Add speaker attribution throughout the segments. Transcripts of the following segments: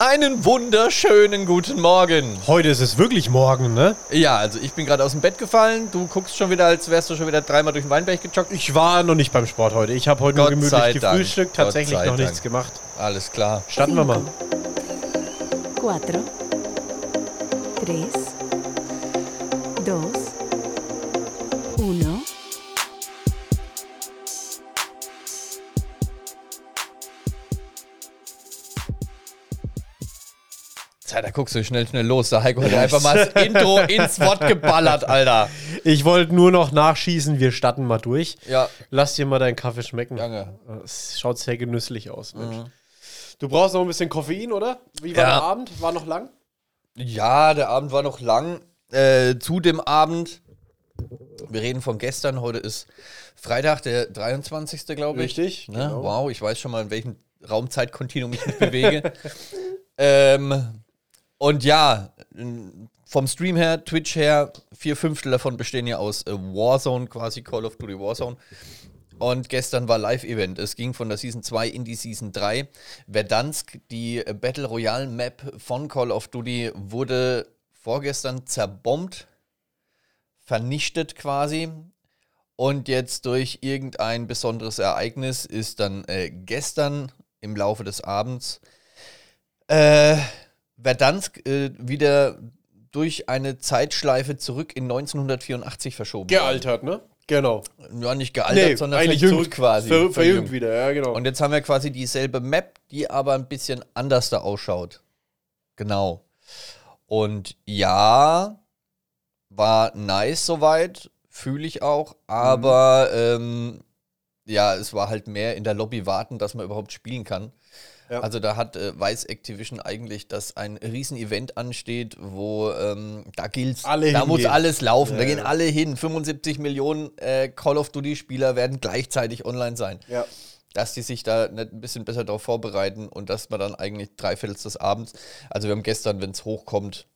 Speaker 1: Einen wunderschönen guten Morgen.
Speaker 2: Heute ist es wirklich morgen, ne?
Speaker 1: Ja, also ich bin gerade aus dem Bett gefallen. Du guckst schon wieder, als wärst du schon wieder dreimal durch den Weinberg gejoggt.
Speaker 2: Ich war noch nicht beim Sport heute. Ich habe heute
Speaker 1: Gott
Speaker 2: nur gemütlich
Speaker 1: sei Dank.
Speaker 2: gefrühstückt,
Speaker 1: Gott
Speaker 2: tatsächlich
Speaker 1: sei
Speaker 2: noch
Speaker 1: Dank. Hm.
Speaker 2: nichts gemacht.
Speaker 1: Alles klar.
Speaker 2: Starten wir mal.
Speaker 3: 4, 3, 2, 1.
Speaker 1: Ja, da guckst du schnell, schnell los. Da Heiko hat einfach mal das Intro ins Wort geballert, Alter.
Speaker 2: Ich wollte nur noch nachschießen, wir starten mal durch.
Speaker 1: Ja.
Speaker 2: Lass dir mal deinen Kaffee schmecken.
Speaker 1: Danke.
Speaker 2: Es schaut sehr genüsslich aus, Mensch. Du brauchst noch ein bisschen Koffein, oder? Wie war
Speaker 1: Mhm. Ja.
Speaker 2: der Abend? War noch lang?
Speaker 1: Ja, der Abend war noch lang. Äh, zu dem Abend. Wir reden von gestern. Heute ist Freitag, der 23. glaube ich.
Speaker 2: Richtig,
Speaker 1: Ne?
Speaker 2: genau.
Speaker 1: Wow, ich weiß schon mal, in welchem Raumzeitkontinuum ich mich bewege. ähm, und ja, n- vom Stream her, Twitch her, vier Fünftel davon bestehen ja aus äh, Warzone, quasi Call of Duty Warzone. Und gestern war Live-Event. Es ging von der Season 2 in die Season 3. Verdansk, die äh, Battle Royale Map von Call of Duty, wurde vorgestern zerbombt, vernichtet quasi. Und jetzt durch irgendein besonderes Ereignis ist dann äh, gestern im Laufe des Abends äh, Verdansk äh, wieder durch eine Zeitschleife zurück in 1984 verschoben. worden.
Speaker 2: Gealtert, ne? Genau.
Speaker 1: Ja, nicht gealtert, sondern verjüngt quasi.
Speaker 2: Ver verjüngt
Speaker 1: Verjüngt.
Speaker 2: wieder, ja, genau.
Speaker 1: Und jetzt haben wir quasi dieselbe Map, die aber ein bisschen anders da ausschaut. Genau. Und ja, war nice soweit, fühle ich auch,
Speaker 2: Mhm.
Speaker 1: aber ähm, ja, es war halt mehr in der Lobby warten, dass man überhaupt spielen kann.
Speaker 2: Ja.
Speaker 1: Also da hat äh, Weiß Activision eigentlich, dass ein Riesen-Event ansteht, wo ähm, da gilt's,
Speaker 2: Alle
Speaker 1: da muss
Speaker 2: hingehen.
Speaker 1: alles laufen, da
Speaker 2: Ja,
Speaker 1: gehen
Speaker 2: ja.
Speaker 1: alle hin. 75 Millionen äh, Call of Duty-Spieler werden gleichzeitig online sein
Speaker 2: ja.
Speaker 1: dass die sich da nicht ein bisschen besser darauf vorbereiten und dass man dann eigentlich dreiviertels des Abends, also wir haben gestern, wenn es hochkommt,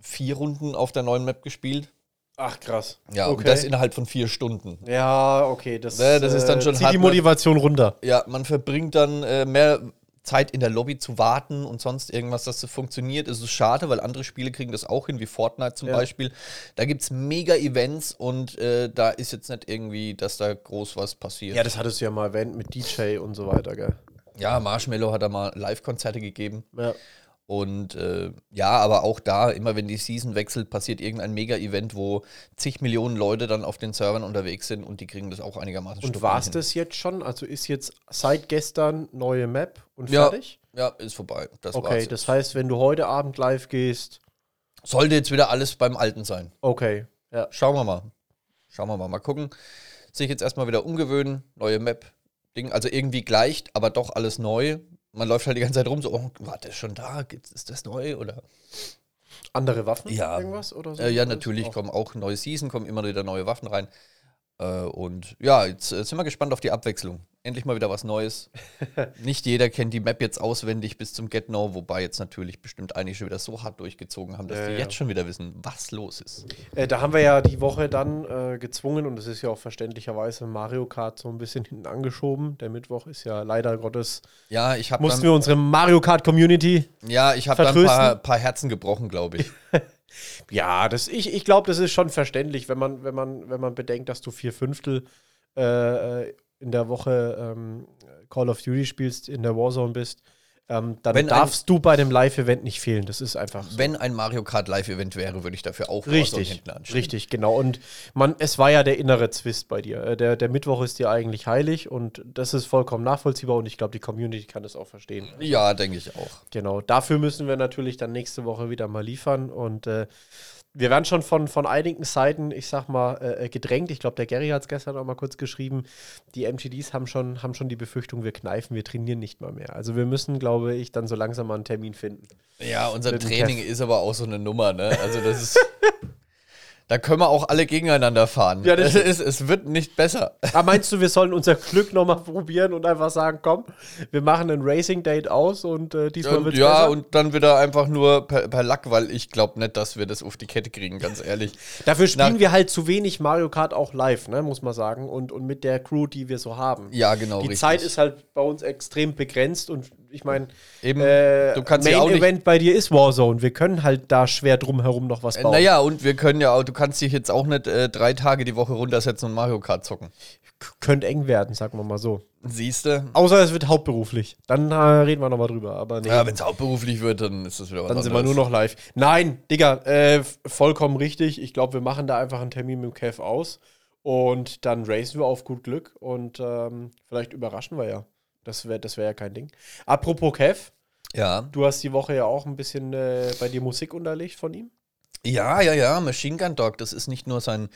Speaker 1: vier Runden auf der neuen Map gespielt.
Speaker 2: Ach, krass.
Speaker 1: Ja,
Speaker 2: okay.
Speaker 1: und das innerhalb von vier Stunden.
Speaker 2: ja, okay. Das, äh,
Speaker 1: Ne, das ist dann schon
Speaker 2: zieht
Speaker 1: hart,
Speaker 2: die
Speaker 1: ne?
Speaker 2: Motivation runter.
Speaker 1: Ja, man verbringt dann äh, mehr Zeit in der Lobby zu warten und sonst irgendwas, dass das funktioniert. Es ist schade, weil andere Spiele kriegen das auch hin, wie Fortnite zum
Speaker 2: Ja.
Speaker 1: Beispiel. Da gibt es mega Events und äh, da ist jetzt nicht irgendwie, dass da groß was passiert.
Speaker 2: Ja, das hattest du ja mal erwähnt mit DJ und so weiter, gell?
Speaker 1: ja Marshmallow hat da mal Live-Konzerte gegeben.
Speaker 2: Ja.
Speaker 1: Und äh, ja, aber auch da, immer wenn die Season wechselt, passiert irgendein Mega-Event, wo zig Millionen Leute dann auf den Servern unterwegs sind und die kriegen das auch einigermaßen
Speaker 2: Und
Speaker 1: stuckig
Speaker 2: war es
Speaker 1: hin.
Speaker 2: das jetzt schon? Also ist jetzt seit gestern neue Map und
Speaker 1: Ja,
Speaker 2: fertig?
Speaker 1: ja, ist vorbei. Das
Speaker 2: Okay,
Speaker 1: war's.
Speaker 2: das heißt, wenn du heute Abend live gehst,
Speaker 1: Sollte jetzt wieder alles beim Alten sein.
Speaker 2: okay. Ja.
Speaker 1: Schauen wir mal. Schauen wir mal. Mal gucken. Sich jetzt erstmal wieder umgewöhnen. Neue Map. Ding. Also irgendwie gleicht, aber doch alles neu. Man läuft halt die ganze Zeit rum, so, oh, war das schon da? Gibt's, ist das neu? Oder
Speaker 2: Andere Waffen?
Speaker 1: Ja.
Speaker 2: Irgendwas oder so? Oh.
Speaker 1: Äh, ja,
Speaker 2: Oder so?
Speaker 1: natürlich
Speaker 2: Auch.
Speaker 1: kommen auch neue Season, kommen immer wieder neue Waffen rein. Äh, und ja, jetzt äh, sind wir gespannt auf die Abwechslung. Endlich mal wieder was Neues. Nicht jeder kennt die Map jetzt auswendig bis zum Get Now, wobei jetzt natürlich bestimmt einige schon wieder so hart durchgezogen haben, dass
Speaker 2: Ja,
Speaker 1: die
Speaker 2: ja.
Speaker 1: jetzt schon wieder wissen, was los ist.
Speaker 2: Äh, da haben wir ja die Woche dann äh, gezwungen und es ist ja auch verständlicherweise Mario Kart so ein bisschen hinten angeschoben. Der Mittwoch ist ja leider Gottes.
Speaker 1: Ja, ich habe
Speaker 2: Mussten wir unsere Mario Kart Community
Speaker 1: ja, ich hab da ein
Speaker 2: vertrösten?
Speaker 1: paar, paar Herzen gebrochen, glaube ich.
Speaker 2: Ja, das, ich, ich glaube, das ist schon verständlich, wenn man, wenn man, wenn man bedenkt, dass du vier Fünftel äh, äh, in der Woche ähm, Call of Duty spielst, in der Warzone bist, ähm, dann
Speaker 1: Wenn ein-
Speaker 2: darfst du bei dem Live-Event nicht fehlen. Das ist einfach so.
Speaker 1: Wenn ein Mario Kart Live-Event wäre, würde ich dafür auch Warzone
Speaker 2: Richtig,
Speaker 1: hinten anstellen.
Speaker 2: richtig, genau. Und man, es war ja der innere Zwist bei dir. Äh, Der, der Mittwoch ist dir eigentlich heilig und das ist vollkommen nachvollziehbar und ich glaube, die Community kann das auch verstehen.
Speaker 1: Ja, denke ich auch.
Speaker 2: Genau, dafür müssen wir natürlich dann nächste Woche wieder mal liefern und äh, wir werden schon von, von einigen Seiten, ich sag mal, äh, gedrängt. Ich glaube, der Gary hat es gestern auch mal kurz geschrieben. Die MTDs haben schon, haben schon die Befürchtung, wir kneifen, wir trainieren nicht mal mehr. Also wir müssen, glaube ich, dann so langsam mal einen Termin finden.
Speaker 1: Ja, unser
Speaker 2: Mit dem
Speaker 1: Training ist aber auch so eine Nummer, ne? Also das ist. da können wir auch alle gegeneinander fahren.
Speaker 2: Ja, das
Speaker 1: es, es wird nicht besser.
Speaker 2: Aber Ah, meinst du, wir sollen unser Glück nochmal probieren und einfach sagen, komm, wir machen ein Racing-Date aus und äh, diesmal
Speaker 1: Und,
Speaker 2: wird es
Speaker 1: Ähm, ja,
Speaker 2: besser?
Speaker 1: und dann wieder einfach nur per, per Lack, weil ich glaube nicht, dass wir das auf die Kette kriegen, ganz ehrlich.
Speaker 2: Dafür spielen
Speaker 1: Na-
Speaker 2: wir halt zu wenig Mario Kart auch live, ne, muss man sagen. Und, und mit der Crew, die wir so haben.
Speaker 1: Ja, genau.
Speaker 2: die
Speaker 1: richtig.
Speaker 2: Zeit ist halt bei uns extrem begrenzt und ich meine,
Speaker 1: Eben,
Speaker 2: äh,
Speaker 1: Mhm. du kannst ja auch
Speaker 2: Main
Speaker 1: nicht-
Speaker 2: Event bei dir ist Warzone. Wir können halt da schwer drumherum noch was
Speaker 1: Äh,
Speaker 2: bauen.
Speaker 1: Naja, und wir können ja auch, du kannst dich jetzt auch nicht äh, drei Tage die Woche runtersetzen und Mario Kart zocken.
Speaker 2: K- Könnte eng werden, sagen wir mal so.
Speaker 1: Siehst du?
Speaker 2: Außer es wird hauptberuflich. Dann äh, reden wir nochmal drüber. Aber nee.
Speaker 1: Ja, wenn es hauptberuflich wird, dann ist das wieder was
Speaker 2: Dann sind wir nur
Speaker 1: anderes.
Speaker 2: noch live. Nein, Digga, äh, f- vollkommen richtig. Ich glaube, wir machen da einfach einen Termin mit dem Kev aus und dann racen wir auf gut Glück und ähm, vielleicht überraschen wir ja. Das wäre das wär ja kein Ding. Apropos Kev,
Speaker 1: Ja.
Speaker 2: du hast die Woche ja auch ein bisschen äh, bei dir Musik unterlegt von ihm.
Speaker 1: Ja, ja, ja, Machine Gun Dog, das ist nicht nur sein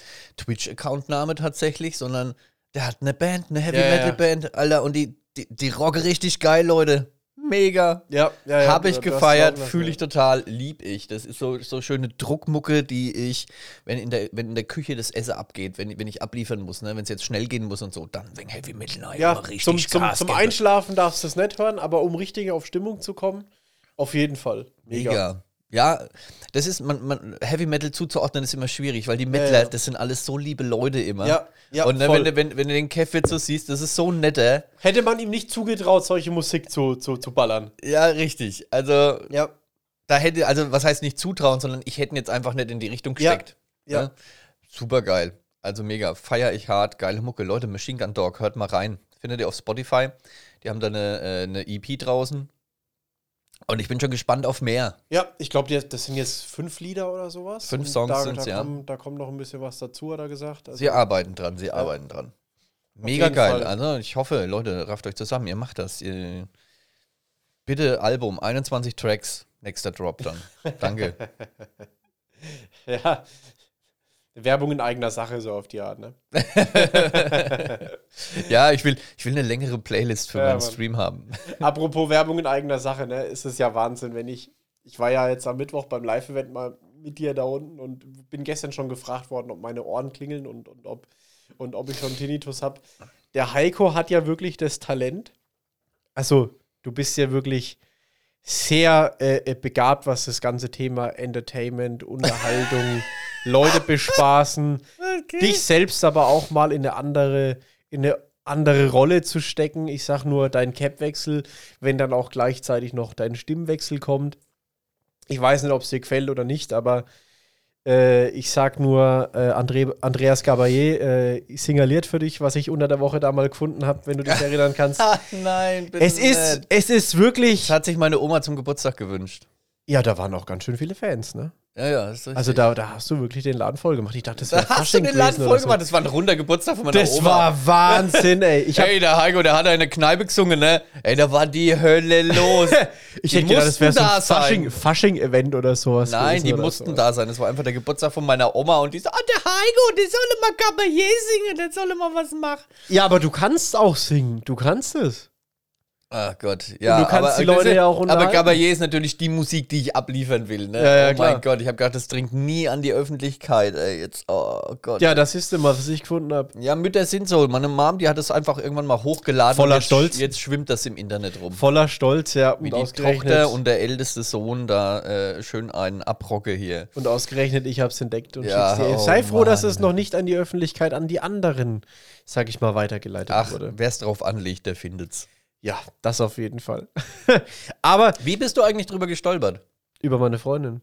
Speaker 1: Twitch-Account-Name tatsächlich, sondern der hat eine Band, eine
Speaker 2: Ja, ja.
Speaker 1: Heavy-Metal-Band, Alter, und die, die, die rocken richtig geil, Leute. Mega.
Speaker 2: Ja, ja,
Speaker 1: Hab ich gefeiert, fühle ich total, lieb ich. Das ist so, so schöne Druckmucke, die ich, wenn in der, wenn in der Küche das Essen abgeht, wenn, wenn ich abliefern muss, ne, wenn es jetzt schnell gehen muss und so, dann wegen Heavy Metal na,
Speaker 2: Ja,
Speaker 1: immer richtig
Speaker 2: zum, zum,
Speaker 1: Gas
Speaker 2: zum
Speaker 1: geben.
Speaker 2: Einschlafen darfst du es nicht hören, aber um richtig auf Stimmung zu kommen, auf jeden Fall.
Speaker 1: Mega. Ja, das ist, man, man, Heavy Metal zuzuordnen ist immer schwierig, weil die Mettler,
Speaker 2: ja.
Speaker 1: das sind alles so liebe Leute immer.
Speaker 2: Ja, ja,
Speaker 1: Und dann,
Speaker 2: voll.
Speaker 1: wenn, du- wenn, wenn du den Kev jetzt so siehst, das ist so ein netter.
Speaker 2: Hätte man ihm nicht zugetraut, solche Musik zu, zu, zu ballern.
Speaker 1: Ja, richtig. Also,
Speaker 2: Ja,
Speaker 1: da hätte, also, was heißt nicht zutrauen, sondern ich hätte ihn jetzt einfach nicht in die Richtung
Speaker 2: Ja,
Speaker 1: gesteckt.
Speaker 2: ja.
Speaker 1: Super geil. Also mega. Feier ich hart. Geile Mucke. Leute, Machine Gun Dog, hört mal rein. Findet ihr auf Spotify. Die haben da eine, äh, eine EP draußen. Und ich bin schon gespannt auf mehr.
Speaker 2: Ja, ich glaube, das sind jetzt fünf Lieder oder sowas.
Speaker 1: Fünf
Speaker 2: Und
Speaker 1: Songs
Speaker 2: da,
Speaker 1: sind's,
Speaker 2: da
Speaker 1: ja.
Speaker 2: Kommt, da kommt noch ein bisschen was dazu, hat er gesagt. Also,
Speaker 1: Sie arbeiten dran, sie arbeiten dran. Mega
Speaker 2: jeden
Speaker 1: geil.
Speaker 2: Fall.
Speaker 1: Also ich hoffe, Leute, rafft euch zusammen, ihr macht das. Ihr Bitte Album, 21 Tracks, nächster Drop dann. Danke.
Speaker 2: ja. Werbung in eigener Sache, so auf die Art, ne?
Speaker 1: ja, ich will, ich will eine längere Playlist für
Speaker 2: Ja,
Speaker 1: meinen
Speaker 2: Mann.
Speaker 1: Stream haben.
Speaker 2: Apropos Werbung in eigener Sache, ne? Ist es ja Wahnsinn, wenn ich. Ich war ja jetzt am Mittwoch beim Live-Event mal mit dir da unten und bin gestern schon gefragt worden, ob meine Ohren klingeln und, und, ob, und ob ich schon Tinnitus habe. Der Heiko hat ja wirklich das Talent. Also, du bist ja wirklich sehr äh, äh, begabt, was das ganze Thema Entertainment, Unterhaltung, Leute bespaßen, dich selbst aber auch mal in eine andere, in eine andere Rolle zu stecken. Ich sag nur dein Cap-Wechsel, wenn dann auch gleichzeitig noch dein Stimmwechsel kommt. Ich weiß nicht, ob es dir gefällt oder nicht, aber äh, ich sag nur, äh, André, Andreas Gabayé äh, signaliert für dich, was ich unter der Woche da mal gefunden habe, wenn du dich erinnern kannst.
Speaker 1: Ah, nein, bitte.
Speaker 2: Es ist, es ist wirklich.
Speaker 1: Das hat sich meine Oma zum Geburtstag gewünscht.
Speaker 2: Ja, da waren auch ganz schön viele Fans, ne?
Speaker 1: Ja, ja, das ist richtig.
Speaker 2: Also da, da hast du wirklich den Laden voll gemacht. Ich dachte, das wäre
Speaker 1: da hast du
Speaker 2: Fasching
Speaker 1: den
Speaker 2: gewesen
Speaker 1: Laden
Speaker 2: oder
Speaker 1: voll
Speaker 2: so.
Speaker 1: gemacht. Das war ein runder Geburtstag von meiner
Speaker 2: Das
Speaker 1: Oma.
Speaker 2: war Wahnsinn, ey. Ich, hab,
Speaker 1: Hey, der Heiko, der hat eine Kneipe gesungen, ne? Ey, da war die Hölle los.
Speaker 2: ich
Speaker 1: die
Speaker 2: hätte gedacht, das wäre so
Speaker 1: mussten
Speaker 2: ein
Speaker 1: da sein.
Speaker 2: Fasching- Fasching-Event oder sowas.
Speaker 1: Nein,
Speaker 2: gewesen
Speaker 1: die
Speaker 2: oder
Speaker 1: mussten
Speaker 2: sowas.
Speaker 1: da sein. Das war einfach der Geburtstag von meiner Oma und die so, ah, der Heiko, der soll mal Kabarett singen, der soll mal was machen.
Speaker 2: Ja, aber du kannst auch singen. Du kannst es.
Speaker 1: Ach Ah, Gott, ja.
Speaker 2: Und du kannst
Speaker 1: aber,
Speaker 2: die Leute ja auch
Speaker 1: Aber
Speaker 2: unterhalten.
Speaker 1: Kabarett ist natürlich die Musik, die ich abliefern will, ne?
Speaker 2: Ja, ja,
Speaker 1: oh
Speaker 2: klar.
Speaker 1: mein Gott, ich habe gedacht, das dringt nie an die Öffentlichkeit, ey, jetzt, oh Gott.
Speaker 2: Ja, das ist immer, was ich gefunden habe.
Speaker 1: Ja, Mütter sind so. Meine Mom, die hat es einfach irgendwann mal hochgeladen.
Speaker 2: Voller
Speaker 1: und jetzt,
Speaker 2: Stolz.
Speaker 1: Jetzt schwimmt das im Internet rum.
Speaker 2: Voller Stolz, ja. Und
Speaker 1: Wie die
Speaker 2: ausgerechnet,
Speaker 1: Tochter und der älteste Sohn da äh, schön einen abrocke hier.
Speaker 2: und ausgerechnet, ich hab's entdeckt und
Speaker 1: Ja,
Speaker 2: schick's dir.
Speaker 1: oh
Speaker 2: Sei froh, dass
Speaker 1: Mann.
Speaker 2: es noch nicht an die Öffentlichkeit, an die anderen, sag ich mal, weitergeleitet
Speaker 1: Ach,
Speaker 2: wurde.
Speaker 1: wer es drauf anlegt, der findet's.
Speaker 2: Ja, das auf jeden Fall. aber
Speaker 1: Wie bist du eigentlich drüber gestolpert?
Speaker 2: über meine Freundin.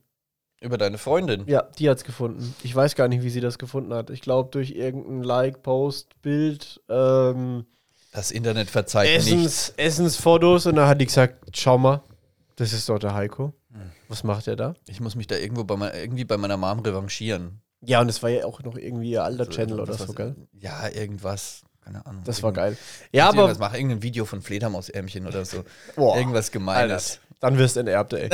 Speaker 1: Über deine Freundin?
Speaker 2: Ja, die hat's gefunden. Ich weiß gar nicht, wie sie das gefunden hat. Ich glaube, durch irgendein Like, Post, Bild, ähm,
Speaker 1: Das Internet verzeiht nichts.
Speaker 2: Essens, Essensfotos. Und dann hat die gesagt: Schau mal, das ist dort der Heiko.
Speaker 1: Hm.
Speaker 2: Was macht er da?
Speaker 1: Ich muss mich da irgendwo bei mein, irgendwie bei meiner Mom revanchieren.
Speaker 2: Ja, und es war ja auch noch irgendwie ihr alter Channel oder
Speaker 1: Was
Speaker 2: so,
Speaker 1: weiß-
Speaker 2: gell?
Speaker 1: Ja, irgendwas. Keine Ahnung.
Speaker 2: Das war
Speaker 1: Irgend-
Speaker 2: geil. Ja, aber.
Speaker 1: Irgendwas mach irgendein Video von Fledermausärmchen oder so.
Speaker 2: Boah,
Speaker 1: irgendwas Gemeines.
Speaker 2: Alter, dann wirst du enterbt, ey.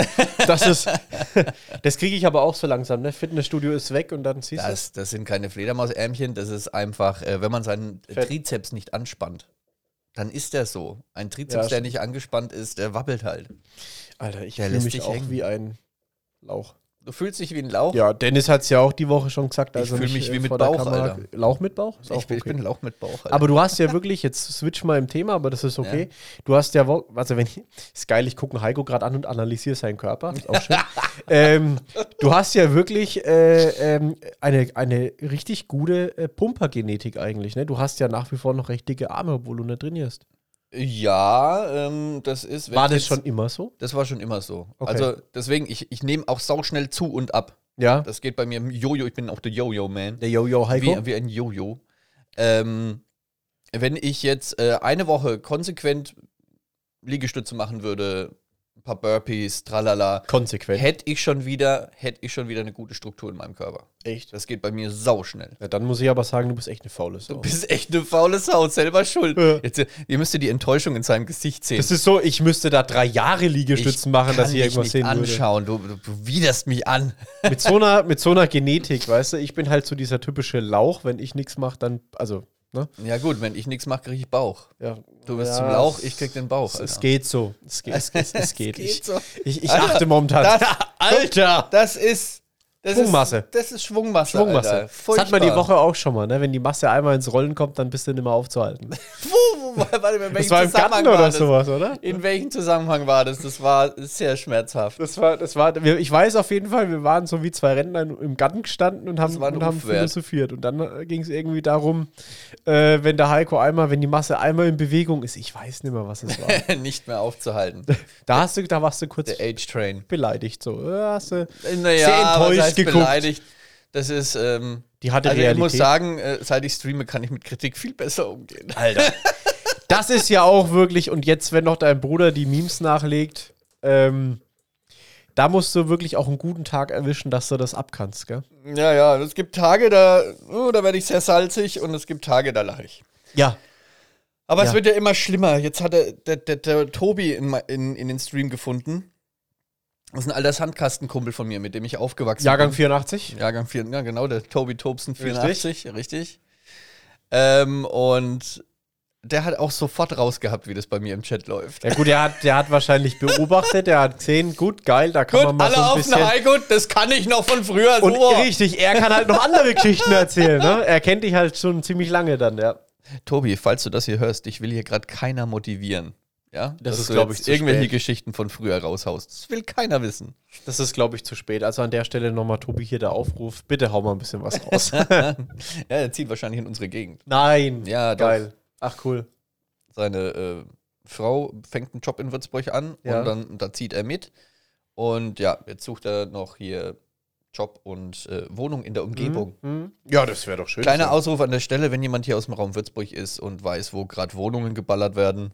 Speaker 2: Das ist. das kriege ich aber auch so langsam, ne? Fitnessstudio ist weg und dann ziehst du es.
Speaker 1: Das, das sind keine Fledermausärmchen, das ist einfach, äh, wenn man seinen
Speaker 2: Fett.
Speaker 1: Trizeps nicht anspannt, dann ist der so. Ein Trizeps,
Speaker 2: Ja,
Speaker 1: der
Speaker 2: stimmt.
Speaker 1: nicht angespannt ist, der wabbelt halt.
Speaker 2: Alter, ich
Speaker 1: Der
Speaker 2: fühle
Speaker 1: lässt
Speaker 2: mich
Speaker 1: dich
Speaker 2: auch
Speaker 1: hängen.
Speaker 2: wie ein Lauch.
Speaker 1: Du fühlst dich wie ein Lauch.
Speaker 2: Ja, Dennis hat es ja auch die Woche schon gesagt.
Speaker 1: Ich
Speaker 2: Also
Speaker 1: fühl
Speaker 2: nicht,
Speaker 1: mich
Speaker 2: äh,
Speaker 1: wie mit
Speaker 2: vor der
Speaker 1: Bauch,
Speaker 2: Kamera.
Speaker 1: Alter.
Speaker 2: Lauch mit Bauch? Ist
Speaker 1: ich, bin, ich
Speaker 2: okay.
Speaker 1: bin ein Lauch mit Bauch. Alter.
Speaker 2: aber du hast ja wirklich, jetzt switch mal im Thema, aber das ist okay. Du hast ja, wo- also wenn ich, ist geil, ich gucke Heiko gerade an und analysiere seinen Körper. Ist auch schön. ähm, du hast ja wirklich äh, ähm, eine, eine richtig gute äh, Pumpergenetik eigentlich. Ne? Du hast ja nach wie vor noch recht dicke Arme, obwohl du nicht trainierst.
Speaker 1: Ja, ähm, das ist. wenn
Speaker 2: War
Speaker 1: ich
Speaker 2: das
Speaker 1: jetzt-
Speaker 2: schon immer so?
Speaker 1: Das war schon immer so.
Speaker 2: Okay.
Speaker 1: Also deswegen, ich, ich nehme auch sauschnell zu und ab.
Speaker 2: Ja.
Speaker 1: Das geht bei mir im Jojo, ich bin auch der Jojo-Man.
Speaker 2: Der Yo-Yo
Speaker 1: Wie, wie ein Jojo. Ähm, wenn ich jetzt äh, eine Woche konsequent Liegestütze machen würde, ein paar Burpees, tralala,
Speaker 2: Konsequent.
Speaker 1: hätte ich schon wieder, hätte ich schon wieder eine gute Struktur in meinem Körper.
Speaker 2: Echt?
Speaker 1: Das geht bei mir sauschnell.
Speaker 2: Ja, dann muss ich aber sagen, du bist echt eine faule Sau.
Speaker 1: Du bist echt eine faule Sau, selber schuld.
Speaker 2: Ja.
Speaker 1: Jetzt, äh, ihr müsst ihr die Enttäuschung in seinem Gesicht sehen.
Speaker 2: das ist so, ich müsste da drei Jahre Liegestützen machen, dass
Speaker 1: ich
Speaker 2: ich irgendwas
Speaker 1: nicht
Speaker 2: sehen würde.
Speaker 1: anschauen. Du, du, du widerst mich an.
Speaker 2: Mit so, einer, mit so einer Genetik, weißt du, ich bin halt so dieser typische Lauch, wenn ich nichts mache, dann, also, ne?
Speaker 1: Ja gut, wenn ich nichts mache, kriege ich Bauch.
Speaker 2: Ja.
Speaker 1: Du bist
Speaker 2: ja,
Speaker 1: zum Lauch,
Speaker 2: es-
Speaker 1: ich krieg den Bauch.
Speaker 2: Es, es
Speaker 1: Alter.
Speaker 2: geht so. Es geht. Es, es, es geht.
Speaker 1: geht so.
Speaker 2: Ich, ich, ich
Speaker 1: Alter,
Speaker 2: achte momentan.
Speaker 1: das-
Speaker 2: Alter!
Speaker 1: Das ist das
Speaker 2: Schwungmasse.
Speaker 1: Ist, das ist Schwungmasse.
Speaker 2: Schwungmasse.
Speaker 1: Alter.
Speaker 2: Das hat man die
Speaker 1: Furchtbar.
Speaker 2: Woche auch schon mal, ne? Wenn die Masse einmal ins Rollen kommt, dann bist du nicht mehr aufzuhalten.
Speaker 1: Wo, wo, warte, mal, in
Speaker 2: Das
Speaker 1: welchem
Speaker 2: war im
Speaker 1: Zusammenhang
Speaker 2: Garten oder
Speaker 1: war das?
Speaker 2: sowas, oder?
Speaker 1: In welchem Zusammenhang war das? Das war sehr schmerzhaft.
Speaker 2: Das war, das war, wir- ich weiß auf jeden Fall, wir waren so wie zwei Rentner in- im Garten gestanden und haben,
Speaker 1: Das war ein
Speaker 2: und haben
Speaker 1: Rufwert.
Speaker 2: philosophiert. Und dann ging es irgendwie darum, äh, wenn der Heiko einmal, wenn die Masse einmal in Bewegung ist, ich weiß nicht mehr, was es war.
Speaker 1: Nicht mehr aufzuhalten.
Speaker 2: da hast du, da warst du kurz
Speaker 1: Der Age-Train.
Speaker 2: beleidigt. So, Äh, hast du,
Speaker 1: Naja,
Speaker 2: Sehr
Speaker 1: was
Speaker 2: enttäuscht
Speaker 1: heißt
Speaker 2: geguckt.
Speaker 1: beleidigt. Das ist, ähm,
Speaker 2: die hatte
Speaker 1: also ich
Speaker 2: Realität.
Speaker 1: muss sagen, äh, seit ich streame, kann ich mit Kritik viel besser umgehen. Alter.
Speaker 2: das ist ja auch wirklich, und jetzt, wenn noch dein Bruder die Memes nachlegt, ähm, da musst du wirklich auch einen guten Tag erwischen, dass du das abkannst, gell?
Speaker 1: ja, ja, es gibt Tage, da, oh, da werde ich sehr salzig und es gibt Tage, da lache ich.
Speaker 2: Ja.
Speaker 1: Aber
Speaker 2: Ja.
Speaker 1: es wird ja immer schlimmer. Jetzt hat er, der, der, der Tobi in, ma- in, in den Stream gefunden. Das ist ein alter Sandkastenkumpel von mir, mit dem ich aufgewachsen
Speaker 2: Jahrgang
Speaker 1: bin.
Speaker 2: 84?
Speaker 1: Jahrgang 4. Ja, genau, der Tobi Tobsen
Speaker 2: Richtig.
Speaker 1: 84, richtig. Ähm, und der hat auch sofort rausgehabt, wie das bei mir im Chat läuft.
Speaker 2: Ja gut, der hat, der hat wahrscheinlich beobachtet, der hat gesehen, gut, geil, da kann
Speaker 1: Gut,
Speaker 2: man mal
Speaker 1: alle
Speaker 2: so ein
Speaker 1: auf
Speaker 2: bisschen...
Speaker 1: den Heiko, das kann ich noch von früher.
Speaker 2: Und
Speaker 1: super.
Speaker 2: richtig, er kann halt noch andere Geschichten erzählen, ne? Er kennt dich halt schon ziemlich lange dann, ja.
Speaker 1: Tobi, falls du das hier hörst, ich will hier gerade keiner motivieren. Ja,
Speaker 2: Das ist,
Speaker 1: du
Speaker 2: glaub
Speaker 1: jetzt
Speaker 2: ich, zu
Speaker 1: irgendwelche
Speaker 2: spät.
Speaker 1: Geschichten von früher raushaust. Das will keiner wissen.
Speaker 2: Das ist, glaube ich, zu spät. Also an der Stelle nochmal Tobi hier der Aufruf, bitte hau mal ein bisschen was raus.
Speaker 1: Ja, er zieht wahrscheinlich in unsere Gegend.
Speaker 2: Nein.
Speaker 1: Ja, doch.
Speaker 2: geil. Ach cool.
Speaker 1: Seine äh, Frau fängt einen Job in Würzburg an
Speaker 2: Ja.
Speaker 1: und dann da zieht er mit. Und ja, jetzt sucht er noch hier Job und äh, Wohnung in der Umgebung.
Speaker 2: Hm? Ja, das wäre doch schön.
Speaker 1: Kleiner Ausruf an der Stelle, wenn jemand hier aus dem Raum Würzburg ist und weiß, wo gerade Wohnungen geballert werden.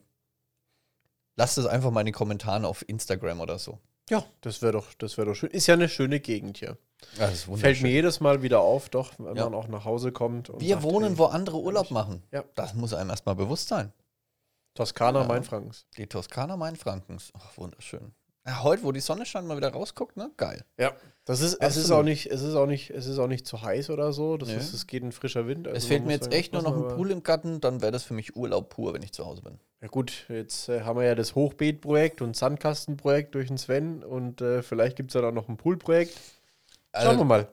Speaker 1: Lasst es einfach mal in den Kommentaren auf Instagram oder so.
Speaker 2: Ja, das wäre doch, das wär doch schön. Ist ja eine schöne Gegend hier.
Speaker 1: Ja, das ist
Speaker 2: Fällt mir jedes Mal wieder auf, doch, wenn
Speaker 1: Ja.
Speaker 2: man auch nach Hause kommt. Und
Speaker 1: Wir
Speaker 2: sagt,
Speaker 1: wohnen,
Speaker 2: ey,
Speaker 1: wo andere Urlaub machen.
Speaker 2: Ja.
Speaker 1: Das muss einem erstmal bewusst sein.
Speaker 2: Toskana,
Speaker 1: Ja.
Speaker 2: Mainfrankens.
Speaker 1: Die Toskana Mainfrankens. Ach, wunderschön. Ja, heute, wo die Sonne scheint, mal wieder rausguckt, ne? Geil.
Speaker 2: Ja. Das ist, es ist
Speaker 1: Absolut.
Speaker 2: auch nicht, es ist auch nicht, es ist auch nicht zu heiß oder so. Das
Speaker 1: Nö.
Speaker 2: ist, es geht ein frischer Wind. also
Speaker 1: es
Speaker 2: man
Speaker 1: fehlt
Speaker 2: muss
Speaker 1: mir jetzt
Speaker 2: sagen,
Speaker 1: echt nur noch
Speaker 2: aufpassen,
Speaker 1: ein
Speaker 2: aber-
Speaker 1: Pool im Garten, dann wäre das für mich Urlaub pur, wenn ich zu Hause bin.
Speaker 2: Ja gut, jetzt äh, haben wir ja das Hochbeetprojekt und Sandkastenprojekt durch den Sven und äh, vielleicht gibt es ja dann noch ein Poolprojekt. Schauen
Speaker 1: Also,
Speaker 2: wir mal.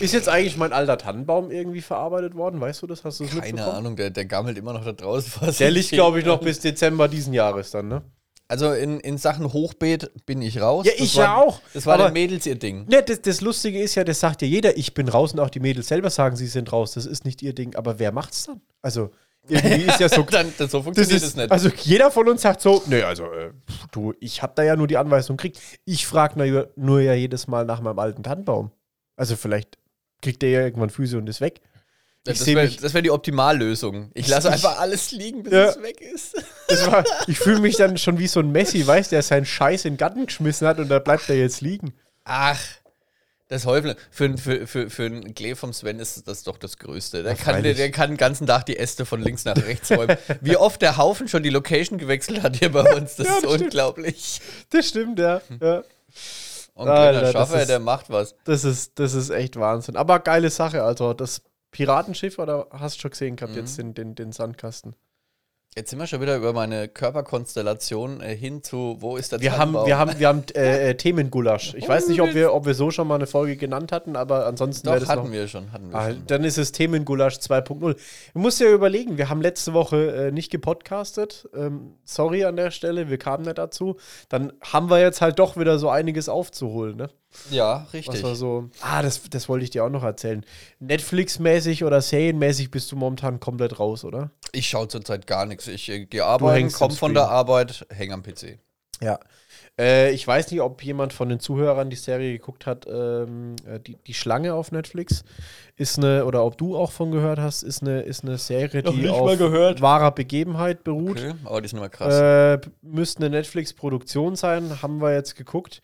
Speaker 2: Ist jetzt eigentlich mein alter Tannenbaum irgendwie verarbeitet worden? Weißt du das? Hast du es mitbekommen?
Speaker 1: keine Ahnung, der, der gammelt immer noch da draußen. vor
Speaker 2: Der
Speaker 1: sich
Speaker 2: liegt,
Speaker 1: hin.
Speaker 2: glaube ich, noch bis Dezember diesen Jahres dann, ne?
Speaker 1: Also in, in Sachen Hochbeet bin ich raus.
Speaker 2: Ja,
Speaker 1: Das
Speaker 2: ich
Speaker 1: war,
Speaker 2: ja auch.
Speaker 1: Das war
Speaker 2: Aber-
Speaker 1: den Mädels ihr Ding.
Speaker 2: Ne, das, das Lustige ist ja, das sagt ja jeder, ich bin raus und auch die Mädels selber sagen, sie sind raus. Das ist nicht ihr Ding. Aber wer macht's dann? Also, irgendwie ist ja so
Speaker 1: Dann, das, so
Speaker 2: Das
Speaker 1: funktioniert
Speaker 2: ist,
Speaker 1: es nicht.
Speaker 2: Also jeder von uns sagt so, nee, also äh, pf, du, ich habe da ja nur die Anweisung gekriegt. Ich frage nur ja jedes Mal nach meinem alten Tannenbaum. Also vielleicht kriegt der ja irgendwann Füße und ist weg.
Speaker 1: das
Speaker 2: seh
Speaker 1: wäre
Speaker 2: mich-
Speaker 1: wär die Optimallösung. Ich
Speaker 2: Ich-
Speaker 1: lasse
Speaker 2: ich-
Speaker 1: einfach alles liegen, bis
Speaker 2: Ja.
Speaker 1: es weg ist.
Speaker 2: Das war, ich fühle mich dann schon wie so ein Messi, weißt du, der seinen Scheiß in den Garten geschmissen hat und da bleibt er jetzt liegen.
Speaker 1: Ach, das Häufle. Für, für, für, für einen Klee vom Sven ist das doch das Größte. Der, kann, der,
Speaker 2: freilich.
Speaker 1: der kann den ganzen Tag die Äste von links nach rechts räumen. Wie oft der Haufen schon die Location gewechselt hat hier bei uns, das
Speaker 2: Ja,
Speaker 1: ist
Speaker 2: das stimmt.
Speaker 1: unglaublich.
Speaker 2: Das stimmt, ja. Hm. ja.
Speaker 1: Und
Speaker 2: Alter,
Speaker 1: kleiner
Speaker 2: das
Speaker 1: Schaffer,
Speaker 2: ist-
Speaker 1: der macht was.
Speaker 2: Das, ist, das ist echt Wahnsinn. Aber geile Sache, also das Piratenschiff, oder hast du schon gesehen gehabt, jetzt den, den, den Sandkasten?
Speaker 1: Jetzt sind wir schon wieder über meine Körperkonstellation äh, hin zu, wo ist der
Speaker 2: Wir haben,
Speaker 1: Tannenbaum?
Speaker 2: wir haben, wir haben äh, äh, Themengulasch. Ich weiß nicht, ob wir, ob wir so schon mal eine Folge genannt hatten, aber ansonsten wäre
Speaker 1: Doch,
Speaker 2: das
Speaker 1: hatten
Speaker 2: noch.
Speaker 1: wir schon. Hatten wir
Speaker 2: Ah,
Speaker 1: schon.
Speaker 2: dann ist es Themengulasch 2.0. Du musst ja überlegen, wir haben letzte Woche äh, nicht gepodcastet. Ähm, sorry an der Stelle, wir kamen nicht dazu. Dann haben wir jetzt halt doch wieder so einiges aufzuholen. Ne?
Speaker 1: Ja, richtig.
Speaker 2: Was war so. Ah, das, das wollte ich dir auch noch erzählen. Netflix-mäßig oder serienmäßig bist du momentan komplett raus, oder?
Speaker 1: Ich schaue zurzeit gar nichts. Ich äh, gehe arbeiten,
Speaker 2: hängst
Speaker 1: komme
Speaker 2: am
Speaker 1: von
Speaker 2: Screen.
Speaker 1: der Arbeit, hänge am PC.
Speaker 2: Ja. Äh, ich weiß nicht, ob jemand von den Zuhörern die Serie geguckt hat, ähm, äh, die, die Schlange auf Netflix ist eine, oder ob du auch von gehört hast, ist eine, ist eine Serie,
Speaker 1: Noch
Speaker 2: die
Speaker 1: nicht
Speaker 2: auf
Speaker 1: mal gehört.
Speaker 2: wahrer Begebenheit beruht.
Speaker 1: Okay, aber die ist nochmal krass.
Speaker 2: Äh, müsste eine Netflix-Produktion sein, haben wir jetzt geguckt.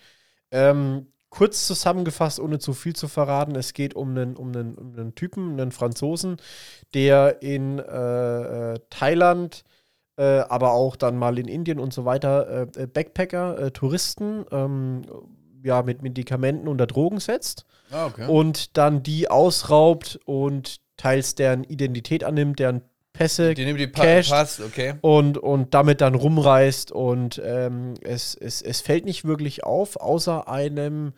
Speaker 2: Ähm, kurz zusammengefasst, ohne zu viel zu verraten, es geht um einen, um einen, um einen Typen, einen Franzosen, der in äh, äh, Thailand, äh, aber auch dann mal in Indien und so weiter äh, äh, Backpacker, äh, Touristen, ähm, ja, mit Medikamenten unter Drogen setzt
Speaker 1: ah, okay.
Speaker 2: und dann die ausraubt und teils deren Identität annimmt, deren Pässe,
Speaker 1: die nehmen die pa
Speaker 2: Cash.
Speaker 1: Pass, okay.
Speaker 2: und, und damit dann rumreist und ähm, es, es, es fällt nicht wirklich auf, außer einem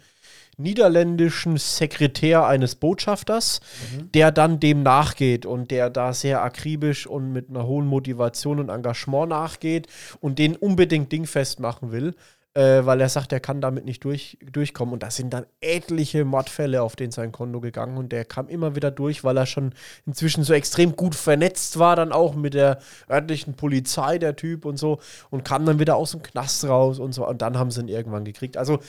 Speaker 2: niederländischen Sekretär eines Botschafters, Mhm. der dann dem nachgeht und der da sehr akribisch und mit einer hohen Motivation und Engagement nachgeht und den unbedingt dingfest machen will, äh, weil er sagt, er kann damit nicht durch, durchkommen. Und da sind dann etliche Mordfälle auf den sein Konto gegangen und der kam immer wieder durch, weil er schon inzwischen so extrem gut vernetzt war, dann auch mit der örtlichen Polizei, der Typ und so, und kam dann wieder aus dem Knast raus und so. Und dann haben sie ihn irgendwann gekriegt. Also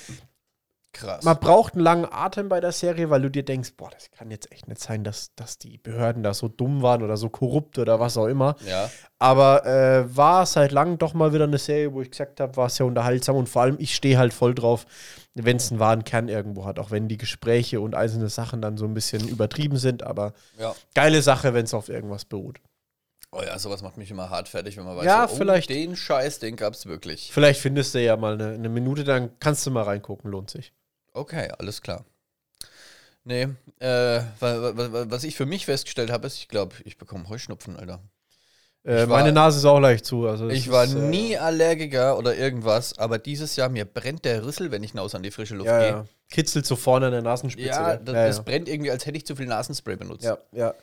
Speaker 1: Krass.
Speaker 2: man braucht einen langen Atem bei der Serie, weil du dir denkst, boah, das kann jetzt echt nicht sein, dass, dass die Behörden da so dumm waren oder so korrupt oder was auch immer.
Speaker 1: ja.
Speaker 2: Aber äh, war seit langem doch mal wieder eine Serie, wo ich gesagt habe, war sehr unterhaltsam und vor allem, ich stehe halt voll drauf, wenn es einen wahren Kern irgendwo hat, auch wenn die Gespräche und einzelne Sachen dann so ein bisschen übertrieben sind, aber
Speaker 1: Ja.
Speaker 2: geile Sache, wenn es auf irgendwas beruht.
Speaker 1: Oh ja, sowas macht mich immer hart fertig, wenn man weiß,
Speaker 2: Ja,
Speaker 1: so,
Speaker 2: vielleicht.
Speaker 1: Oh, den Scheiß, den gab's wirklich.
Speaker 2: Vielleicht findest du ja mal eine, eine Minute, dann kannst du mal reingucken, lohnt sich.
Speaker 1: Okay, alles klar. Nee, äh, wa- wa- wa- was ich für mich festgestellt habe, ist, ich glaube, ich bekomme Heuschnupfen, Alter.
Speaker 2: Äh,
Speaker 1: Ich war-
Speaker 2: meine Nase ist auch leicht zu. Also das
Speaker 1: Ich war
Speaker 2: ist, äh,
Speaker 1: nie Allergiker oder irgendwas, aber dieses Jahr mir brennt der Rüssel, wenn ich hinaus an die frische Luft
Speaker 2: ja,
Speaker 1: gehe.
Speaker 2: ja. kitzelt so vorne an der Nasenspitze.
Speaker 1: Ja,
Speaker 2: gell?
Speaker 1: das,
Speaker 2: ja,
Speaker 1: das
Speaker 2: ja.
Speaker 1: brennt irgendwie, als hätte ich zu viel Nasenspray benutzt.
Speaker 2: Ja, ja.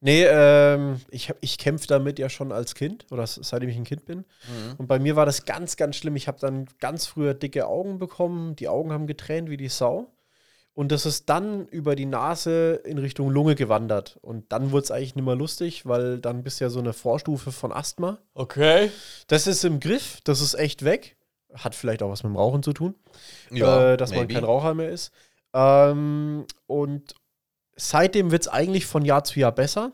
Speaker 2: Nee, ähm, ich, hab- ich kämpfe damit ja schon als Kind oder s- seitdem ich ein Kind bin.
Speaker 1: Mhm.
Speaker 2: Und bei mir war das ganz, ganz schlimm. Ich habe dann ganz früher dicke Augen bekommen. Die Augen haben getränt wie die Sau. Und das ist dann über die Nase in Richtung Lunge gewandert. Und dann wurde es eigentlich nicht mehr lustig, weil dann bist du ja so eine Vorstufe von Asthma.
Speaker 1: Okay.
Speaker 2: Das ist im Griff, das ist echt weg. Hat vielleicht auch was mit dem Rauchen zu tun
Speaker 1: Ja,
Speaker 2: äh, dass man
Speaker 1: maybe.
Speaker 2: kein Raucher mehr ist. Ähm, und seitdem wird es eigentlich von Jahr zu Jahr besser.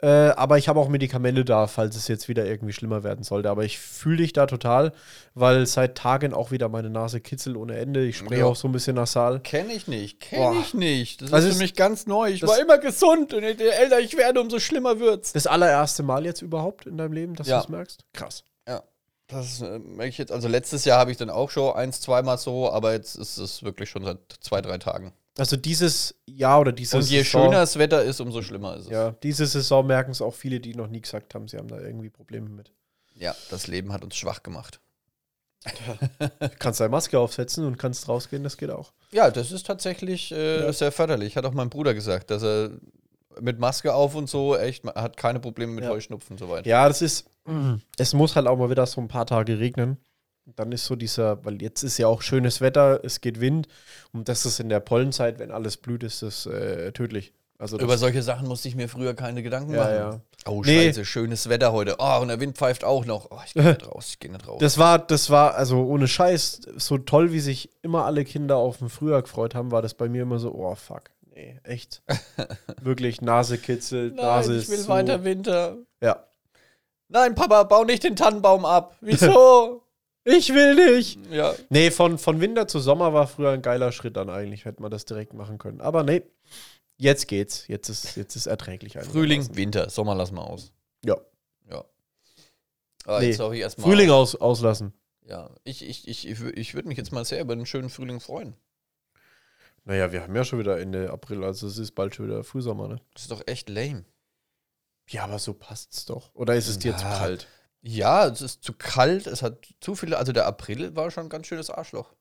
Speaker 2: Äh, aber ich habe auch Medikamente da, falls es jetzt wieder irgendwie schlimmer werden sollte. Aber ich fühle dich da total, weil seit Tagen auch wieder meine Nase kitzelt ohne Ende. Ich spreche
Speaker 1: Ja.
Speaker 2: auch so ein bisschen nasal.
Speaker 1: Kenn ich nicht, kenn
Speaker 2: Boah.
Speaker 1: ich nicht. Das
Speaker 2: Also
Speaker 1: ist
Speaker 2: es-
Speaker 1: für mich ganz neu. Ich
Speaker 2: das-
Speaker 1: war immer gesund und je älter ich werde, umso schlimmer wird's.
Speaker 2: Das allererste Mal jetzt überhaupt in deinem Leben, dass
Speaker 1: Ja.
Speaker 2: du es merkst? Krass.
Speaker 1: Das äh, merke ich jetzt. Also letztes Jahr habe ich dann auch schon eins, zweimal so, aber jetzt ist es wirklich schon seit zwei, drei Tagen.
Speaker 2: Also dieses Jahr oder diese
Speaker 1: Und je
Speaker 2: Saison-
Speaker 1: schöner das Wetter ist, umso schlimmer ist es.
Speaker 2: ja, diese Saison merken es auch viele, die noch nie gesagt haben, sie haben da irgendwie Probleme mit.
Speaker 1: ja, das Leben hat uns schwach gemacht.
Speaker 2: Kannst deine Maske aufsetzen und kannst rausgehen, das geht auch.
Speaker 1: Ja, das ist tatsächlich äh,
Speaker 2: Ja.
Speaker 1: sehr förderlich. Hat auch mein Bruder gesagt, dass er mit Maske auf und so echt man hat keine Probleme mit
Speaker 2: Ja.
Speaker 1: Heuschnupfen und so weiter.
Speaker 2: Ja, das ist, es muss halt auch mal wieder so ein paar Tage regnen. Dann ist so dieser, weil jetzt ist ja auch schönes Wetter, es geht Wind und das ist in der Pollenzeit, wenn alles blüht, ist das äh, tödlich. Also das,
Speaker 1: Über solche Sachen musste ich mir früher keine Gedanken
Speaker 2: Ja,
Speaker 1: machen.
Speaker 2: ja.
Speaker 1: Oh,
Speaker 2: Nee.
Speaker 1: scheiße, schönes Wetter heute. Oh, und der Wind pfeift auch noch. Oh, ich gehe nicht raus, ich gehe nicht raus.
Speaker 2: das war, das war, also ohne Scheiß, so toll, wie sich immer alle Kinder auf den Frühjahr gefreut haben, war das bei mir immer so, oh fuck, nee, echt. Wirklich, Nase kitzelt, Nase ist zu.
Speaker 1: Winter.
Speaker 2: Ja.
Speaker 1: Nein, Papa, bau nicht den Tannenbaum ab. Wieso?
Speaker 2: Ich will nicht.
Speaker 1: ja.
Speaker 2: Nee, von, von Winter zu Sommer war früher ein geiler Schritt dann eigentlich, hätte man das direkt machen können. Aber nee, jetzt geht's. Jetzt ist, jetzt ist erträglich.
Speaker 1: Frühling,
Speaker 2: einigermaßen.
Speaker 1: Winter, Sommer lassen wir aus.
Speaker 2: Ja.
Speaker 1: Ja. Ah,
Speaker 2: Nee.
Speaker 1: Jetzt hoffe ich erstmal.
Speaker 2: Frühling aus, auslassen.
Speaker 1: Ja, ich, ich, ich, ich, wü- ich würde mich jetzt mal sehr über einen schönen Frühling freuen.
Speaker 2: Naja, wir haben ja schon wieder Ende April, also es ist bald schon wieder Frühsommer, ne?
Speaker 1: Das ist doch echt lame.
Speaker 2: Ja, aber so passt's doch. Oder ist es dir zu
Speaker 1: Na.
Speaker 2: kalt?
Speaker 1: Ja, es ist zu kalt, es hat zu viele. Also der April war schon ein ganz schönes Arschloch,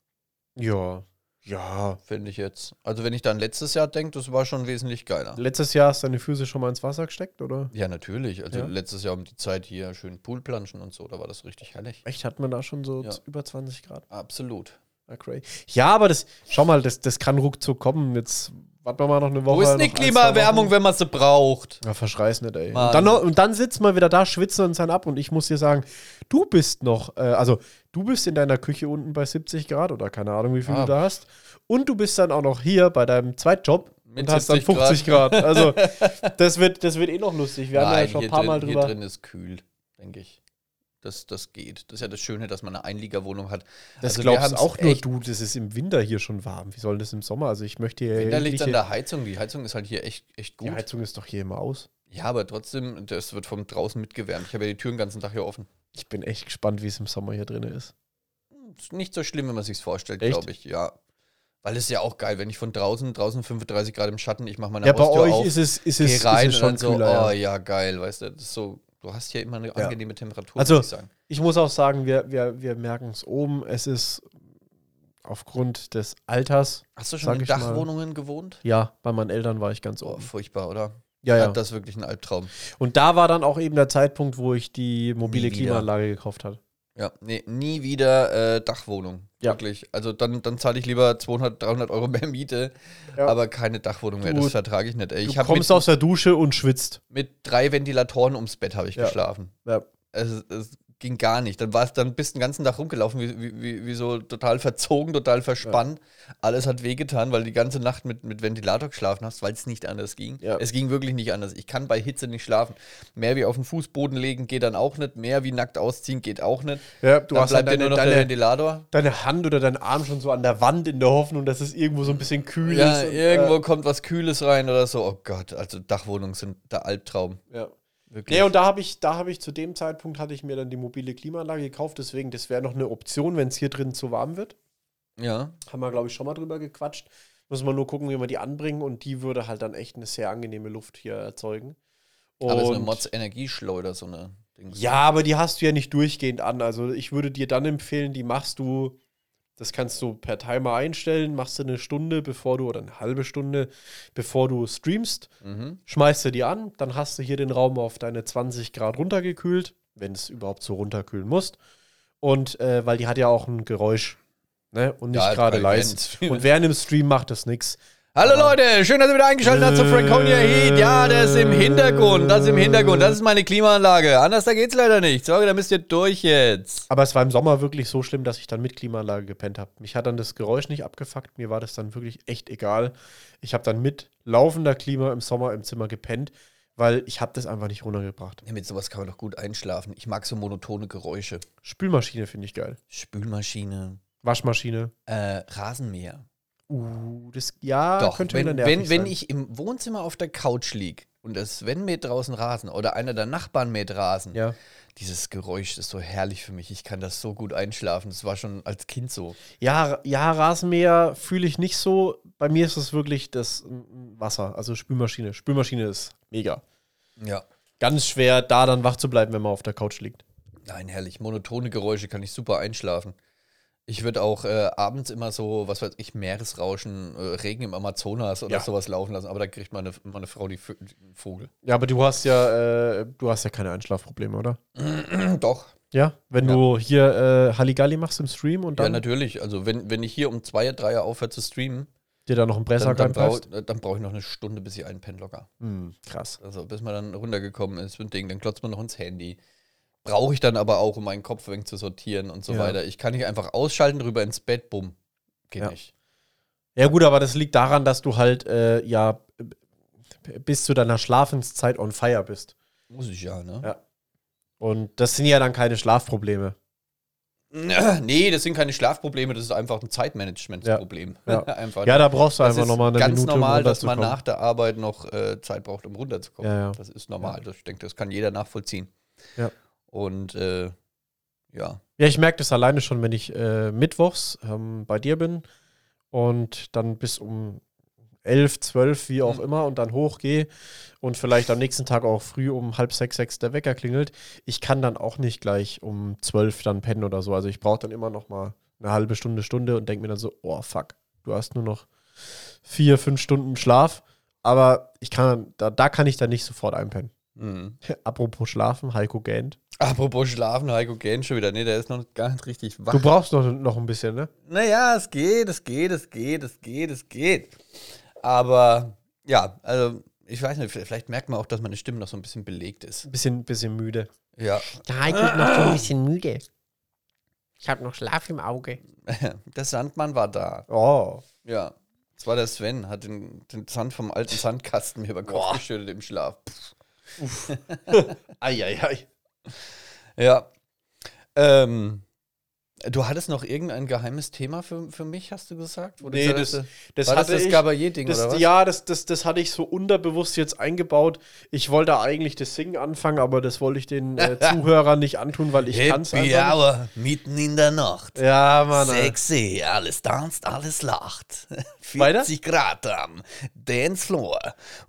Speaker 2: Ja. Ja.
Speaker 1: finde ich jetzt. Also wenn ich dann letztes Jahr denke, das war schon wesentlich geiler.
Speaker 2: Letztes Jahr hast du deine Füße schon mal ins Wasser gesteckt, oder?
Speaker 1: Ja, natürlich. Also
Speaker 2: Ja.
Speaker 1: letztes Jahr um die Zeit hier schön Poolplanschen und so, da war das richtig herrlich.
Speaker 2: Echt, hat man da schon so
Speaker 1: Ja.
Speaker 2: z- über 20 Grad?
Speaker 1: Absolut.
Speaker 2: Cray. Ja, aber das, schau mal, das, das kann ruckzuck kommen. Jetzt warten wir mal noch eine Woche.
Speaker 1: Wo ist
Speaker 2: noch
Speaker 1: die
Speaker 2: ein, zwei
Speaker 1: Klimaerwärmung,
Speaker 2: Wochen.
Speaker 1: wenn man sie braucht?
Speaker 2: Ja, verschreiß nicht, ey.
Speaker 1: Mann.
Speaker 2: Und dann, noch, und dann sitzt man wieder da, schwitzt uns dann ab und ich muss dir sagen, du bist noch, äh, also du bist in deiner Küche unten bei 70 Grad oder keine Ahnung, wie viel
Speaker 1: Ah.
Speaker 2: du da hast. Und du bist dann auch noch hier bei deinem Zweitjob
Speaker 1: Mit
Speaker 2: und hast dann
Speaker 1: 70
Speaker 2: 50 Grad. Also das wird, das wird eh noch lustig. Wir haben ja
Speaker 1: Nein,
Speaker 2: schon
Speaker 1: hier
Speaker 2: ein paar
Speaker 1: drin,
Speaker 2: Mal
Speaker 1: Hier
Speaker 2: drüber.
Speaker 1: drin ist kühl, denke ich. Das, das geht. Das ist ja das Schöne, dass man eine Einliegerwohnung hat.
Speaker 2: Das
Speaker 1: Also wir
Speaker 2: glaubst
Speaker 1: haben's
Speaker 2: auch nur
Speaker 1: echt-
Speaker 2: du, das ist im Winter hier schon warm. Wie soll denn das im Sommer? Also ich möchte hier
Speaker 1: Da liegt an
Speaker 2: jegliche-
Speaker 1: der Heizung. Die Heizung ist halt hier echt, echt
Speaker 2: Die
Speaker 1: gut.
Speaker 2: Heizung ist doch hier immer aus.
Speaker 1: Ja, aber trotzdem, das wird von draußen mitgewärmt. Ich habe ja die Türen den ganzen Tag hier offen.
Speaker 2: Ich bin echt gespannt, wie es im Sommer hier drin ist.
Speaker 1: Ist nicht so schlimm, wenn man sich vorstellt,
Speaker 2: Echt?
Speaker 1: glaube ich. Ja. Weil es ist ja auch geil, wenn ich von draußen, draußen 35 Grad im Schatten, ich mache meine
Speaker 2: Ja, bei
Speaker 1: Haustür
Speaker 2: euch
Speaker 1: auf,
Speaker 2: ist es, ist
Speaker 1: gehe
Speaker 2: es,
Speaker 1: rein
Speaker 2: ist es
Speaker 1: und
Speaker 2: schon
Speaker 1: dann so,
Speaker 2: kühler.
Speaker 1: oh
Speaker 2: ja.
Speaker 1: ja, geil, weißt du, das ist so, du hast hier immer eine angenehme Temperatur,
Speaker 2: Also,
Speaker 1: muss ich sagen.
Speaker 2: Ich muss auch sagen, wir, wir, wir merken es oben. Es ist aufgrund des Alters.
Speaker 1: Hast du
Speaker 2: sag
Speaker 1: schon in
Speaker 2: ich mal-
Speaker 1: Dachwohnungen gewohnt?
Speaker 2: Ja, bei meinen Eltern war ich ganz
Speaker 1: Oh,
Speaker 2: oben.
Speaker 1: furchtbar, oder?
Speaker 2: Ja, ja.
Speaker 1: Das ist wirklich ein Albtraum.
Speaker 2: Und da war dann auch eben der Zeitpunkt, wo ich die mobile
Speaker 1: Nie wieder.
Speaker 2: Klimaanlage gekauft habe.
Speaker 1: Ja, nee, nie wieder äh, Dachwohnung.
Speaker 2: Ja.
Speaker 1: Wirklich. Also dann, dann zahle ich lieber 200, 300 Euro mehr Miete,
Speaker 2: Ja.
Speaker 1: aber keine Dachwohnung mehr.
Speaker 2: Du-
Speaker 1: Das vertrage ich nicht. Ey. Ich
Speaker 2: Du
Speaker 1: habe
Speaker 2: kommst
Speaker 1: mit,
Speaker 2: aus der Dusche und schwitzt.
Speaker 1: mit drei Ventilatoren ums Bett habe ich
Speaker 2: Ja.
Speaker 1: geschlafen.
Speaker 2: Ja.
Speaker 1: Es, es ging gar nicht. Dann war es dann bist den ganzen Tag rumgelaufen, wie, wie, wie, wie so total verzogen, total verspannt. Alles hat wehgetan, weil du die ganze Nacht mit, mit Ventilator geschlafen hast, weil es nicht anders ging.
Speaker 2: Ja.
Speaker 1: Es ging wirklich nicht anders. Ich kann bei Hitze nicht schlafen. Mehr wie auf den Fußboden legen geht dann auch nicht. Mehr wie nackt ausziehen geht auch nicht.
Speaker 2: Ja, du
Speaker 1: dann
Speaker 2: hast dann
Speaker 1: bleibt ja nur
Speaker 2: deine,
Speaker 1: noch der
Speaker 2: deine,
Speaker 1: Ventilator.
Speaker 2: deine Hand oder dein Arm schon so an der Wand in der Hoffnung, dass es irgendwo so ein bisschen kühl
Speaker 1: Ja,
Speaker 2: ist. und, äh,
Speaker 1: irgendwo kommt was Kühles rein oder so. Oh Gott, also Dachwohnungen sind der Albtraum.
Speaker 2: Äh, ja.
Speaker 1: Wirklich.
Speaker 2: Nee, und da habe ich, da habe ich zu dem Zeitpunkt hatte ich mir dann die mobile Klimaanlage gekauft, deswegen, das wäre noch eine Option, wenn es hier drin zu warm wird.
Speaker 1: ja.
Speaker 2: Haben wir, glaube ich, schon mal drüber gequatscht. Müssen wir nur gucken, wie wir die anbringen und die würde halt dann echt eine sehr angenehme Luft hier erzeugen.
Speaker 1: Aber so eine
Speaker 2: Und-
Speaker 1: Mods Energieschleuder, so eine Dings.
Speaker 2: Ja, aber die hast du ja nicht durchgehend an. Also ich würde dir dann empfehlen, die machst du, das kannst du per Timer einstellen, machst du eine Stunde, bevor du, oder eine halbe Stunde, bevor du streamst,
Speaker 1: Mhm.
Speaker 2: schmeißt du die an, dann hast du hier den Raum auf deine 20 Grad runtergekühlt, wenn es überhaupt so runterkühlen musst. Und äh, weil die hat ja auch ein Geräusch. Ne? Und nicht
Speaker 1: Ja, halt
Speaker 2: gerade
Speaker 1: weil
Speaker 2: leise.
Speaker 1: wenn's-
Speaker 2: Und während im Stream macht das nix.
Speaker 1: Hallo Leute, schön, dass ihr wieder eingeschaltet
Speaker 2: Äh.
Speaker 1: habt zu Franconia Heat. Ja, das ist im Hintergrund, das ist im Hintergrund, das ist meine Klimaanlage. Anders, da geht's leider nicht. Sorry, da müsst ihr durch jetzt.
Speaker 2: Aber es war im Sommer wirklich so schlimm, dass ich dann mit Klimaanlage gepennt habe. Mich hat dann das Geräusch nicht abgefuckt, mir war das dann wirklich echt egal. Ich habe dann mit laufender Klima im Sommer im Zimmer gepennt, weil ich habe das einfach nicht runtergebracht.
Speaker 1: Ja, mit sowas kann man doch gut einschlafen. Ich mag so monotone Geräusche.
Speaker 2: Spülmaschine finde ich geil.
Speaker 1: Spülmaschine,
Speaker 2: Waschmaschine.
Speaker 1: äh, Rasenmäher.
Speaker 2: Uh, das ja,
Speaker 1: Doch,
Speaker 2: könnte wieder
Speaker 1: wenn,
Speaker 2: nervig
Speaker 1: wenn,
Speaker 2: sein.
Speaker 1: wenn ich im Wohnzimmer auf der Couch lieg und es Sven mäht draußen Rasen oder einer der Nachbarn mäht Rasen,
Speaker 2: ja.
Speaker 1: dieses Geräusch ist so herrlich für mich. Ich kann das so gut einschlafen. Das war schon als Kind so.
Speaker 2: Ja, ja, Rasenmäher fühle ich nicht so. Bei mir ist es wirklich das mm, Wasser, also Spülmaschine. Spülmaschine ist mega.
Speaker 1: Ja.
Speaker 2: Ganz schwer, da dann wach zu bleiben, wenn man auf der Couch liegt.
Speaker 1: Nein, herrlich. Monotone Geräusche kann ich super einschlafen. Ich würde auch äh, abends immer so, was weiß ich, Meeresrauschen, äh, Regen im Amazonas oder
Speaker 2: Ja.
Speaker 1: sowas laufen lassen. Aber da kriegt meine, meine Frau die Vö- den Vogel.
Speaker 2: Ja, aber du hast ja, äh, du hast ja keine Einschlafprobleme, oder?
Speaker 1: Doch.
Speaker 2: Ja, wenn
Speaker 1: Ja.
Speaker 2: du hier äh, Halligalli machst im Stream und
Speaker 1: Ja,
Speaker 2: dann
Speaker 1: natürlich. Also, wenn, wenn ich hier um 2, 3 aufhöre zu streamen,
Speaker 2: dir da noch einen Presser
Speaker 1: dann, dann brauche
Speaker 2: reinpfeifst.
Speaker 1: brauch ich noch eine Stunde, bis ich einpenne locker.
Speaker 2: Hm, krass.
Speaker 1: Also, bis man dann runtergekommen ist und Ding, dann klotzt man noch ins Handy. Brauche ich dann aber auch, um meinen Kopf ein wenig zu sortieren und so
Speaker 2: Ja.
Speaker 1: weiter. Ich kann nicht einfach ausschalten, rüber ins Bett, bumm. Geht
Speaker 2: Ja.
Speaker 1: nicht.
Speaker 2: Ja gut, aber das liegt daran, dass du halt äh, ja b- bis zu deiner Schlafenszeit on fire bist.
Speaker 1: Muss ich ja, ne?
Speaker 2: Ja. Und das sind ja dann keine Schlafprobleme.
Speaker 1: Äh, Nee, das sind keine Schlafprobleme, das ist einfach ein Zeitmanagementproblem.
Speaker 2: Ja.
Speaker 1: einfach. ne?
Speaker 2: Ja, da brauchst du
Speaker 1: das
Speaker 2: einfach
Speaker 1: ist
Speaker 2: nochmal eine
Speaker 1: ganz
Speaker 2: Minute, um
Speaker 1: normal, dass man
Speaker 2: runterzukommen.
Speaker 1: nach der Arbeit noch äh, Zeit braucht, um runterzukommen.
Speaker 2: Ja, ja.
Speaker 1: Das ist normal. Das, ich denke, das kann jeder nachvollziehen.
Speaker 2: Ja.
Speaker 1: Und äh, ja,
Speaker 2: Ja, ich merke das alleine schon, wenn ich äh, mittwochs ähm, bei dir bin und dann bis um 11, 12, wie auch
Speaker 1: Mhm.
Speaker 2: immer, und dann hochgehe und vielleicht am nächsten Tag auch früh um halb sechs, sechs der Wecker klingelt. Ich kann dann auch nicht gleich um 12 dann pennen oder so. Also ich brauche dann immer noch mal eine halbe Stunde, Stunde und denke mir dann so, oh fuck, du hast nur noch vier, fünf Stunden Schlaf. Aber ich kann, da, da kann ich dann nicht sofort einpennen. Apropos Schlafen, Heiko Gähnt.
Speaker 1: hm. Apropos Schlafen, Heiko Gähn schon wieder. Nee, der ist noch gar nicht richtig wach.
Speaker 2: Du brauchst noch, noch ein bisschen, ne?
Speaker 1: Naja, es geht, es geht, es geht, es geht, es geht. Aber ja, also ich weiß nicht, vielleicht merkt man auch, dass meine Stimme noch so ein bisschen belegt ist.
Speaker 2: Ein bisschen, bisschen müde.
Speaker 1: Ja,
Speaker 4: Der Heiko ist noch so ein bisschen müde. Ich habe noch Schlaf im Auge.
Speaker 1: der Sandmann war da.
Speaker 2: Oh.
Speaker 1: Ja, es war der Sven, hat den, den Sand vom alten Sandkasten mir über den Kopf geschüttelt im Schlaf.
Speaker 2: Eieiei.
Speaker 1: Ja. Ähm, du hattest noch irgendein geheimes Thema für, für mich, hast du gesagt? Wo du
Speaker 2: Nee,
Speaker 1: gesagt
Speaker 2: das,
Speaker 1: hast,
Speaker 2: das
Speaker 1: war das
Speaker 2: hatte
Speaker 1: das
Speaker 2: ich.
Speaker 1: Gabalier-Ding
Speaker 2: Das,
Speaker 1: oder was?
Speaker 2: Ja, das, das, das hatte ich so unterbewusst jetzt eingebaut. Ich wollte eigentlich das Singen anfangen, aber das wollte ich den äh, Zuhörern nicht antun, weil ich kann es
Speaker 1: Happy
Speaker 2: einfach
Speaker 1: Hour, mitten in der Nacht.
Speaker 2: nicht. Ja, Mann. äh.
Speaker 1: Sexy, alles tanzt, alles lacht. 40
Speaker 2: Weiter?
Speaker 1: Grad am Dancefloor.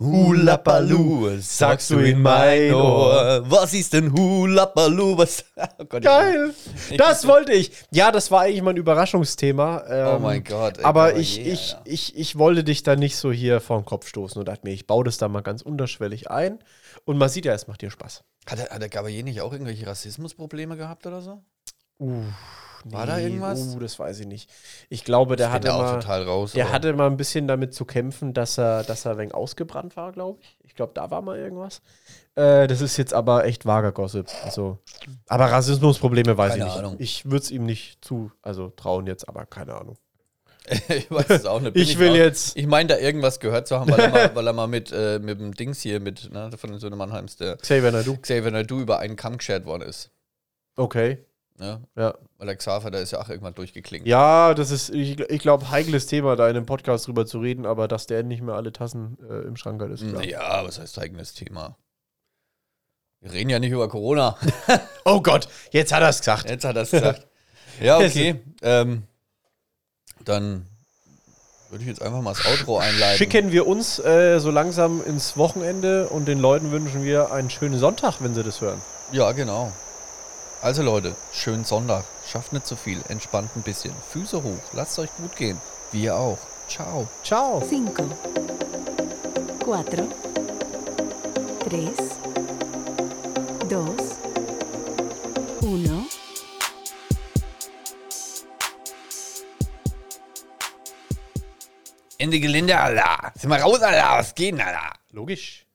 Speaker 1: Hula Baloo, sagst du in mein Ohr. Was ist denn Hula Baloo? Was? Oh Gott, ich-
Speaker 2: Geil. Das wollte ich. Ja, das war eigentlich mein Überraschungsthema. Ähm,
Speaker 1: Oh mein Gott, ey,
Speaker 2: aber
Speaker 1: Cavalier,
Speaker 2: ich, ich,
Speaker 1: Alter.
Speaker 2: ich, ich wollte dich da nicht so hier vor den Kopf stoßen und dachte mir, ich baue das da mal ganz unterschwellig ein. Und man sieht ja, es macht dir Spaß.
Speaker 1: Hat, der- hat der Gabalier nicht auch irgendwelche Rassismusprobleme gehabt oder so?
Speaker 2: Uh,
Speaker 1: War da irgendwas?
Speaker 2: Uh, das weiß ich nicht. Ich glaube, der
Speaker 1: Ich bin
Speaker 2: hatte
Speaker 1: da auch
Speaker 2: mal,
Speaker 1: total raus,
Speaker 2: Der
Speaker 1: aber-
Speaker 2: hatte mal ein bisschen damit zu kämpfen, dass er, dass er ein wenig ausgebrannt war, glaube ich. Ich glaube, da war mal irgendwas. Äh, das ist jetzt aber echt vager Gossip. Also, aber Rassismusprobleme weiß
Speaker 1: Keine
Speaker 2: ich nicht.
Speaker 1: Ahnung.
Speaker 2: Ich würde es ihm nicht zu, also trauen jetzt, aber keine Ahnung.
Speaker 1: ich weiß es auch nicht. Bin
Speaker 2: Ich will
Speaker 1: auch-
Speaker 2: jetzt-
Speaker 1: Ich meine, da irgendwas gehört zu haben, weil er mal, weil er mal mit, äh, mit dem Dings hier, mit, ne, von den Söhne Mannheims, der
Speaker 2: Xavier Nadu.
Speaker 1: Xavier Nadu über einen Kamm geschert worden ist.
Speaker 2: Okay.
Speaker 1: Ne?
Speaker 2: Ja.
Speaker 1: Weil der Xaver, da ist ja auch irgendwann durchgeklingt.
Speaker 2: ja, das ist, ich, ich glaube, heikles Thema, da in einem Podcast drüber zu reden, aber dass der nicht mehr alle Tassen äh, im Schrank hat,
Speaker 1: Hm,
Speaker 2: ist klar.
Speaker 1: Naja, was heißt eigenes Thema? Wir reden ja nicht über Corona.
Speaker 2: Oh Gott, jetzt hat er es gesagt.
Speaker 1: Jetzt hat er es gesagt. ja, okay. ähm, dann würde ich jetzt einfach mal das Outro einleiten.
Speaker 2: Schicken wir uns äh, so langsam ins Wochenende und den Leuten wünschen wir einen schönen Sonntag, wenn sie das hören.
Speaker 1: Ja, genau. Also Leute, schönen Sonntag. Schafft nicht zu viel, entspannt ein bisschen. Füße hoch, lasst euch gut gehen. Wir auch. Ciao.
Speaker 2: Ciao.
Speaker 3: 5, 4, 3, 2, 1.
Speaker 1: Ende Gelände, Allah. Sind wir raus, Allah. Was geht, denn, Allah?
Speaker 2: Logisch.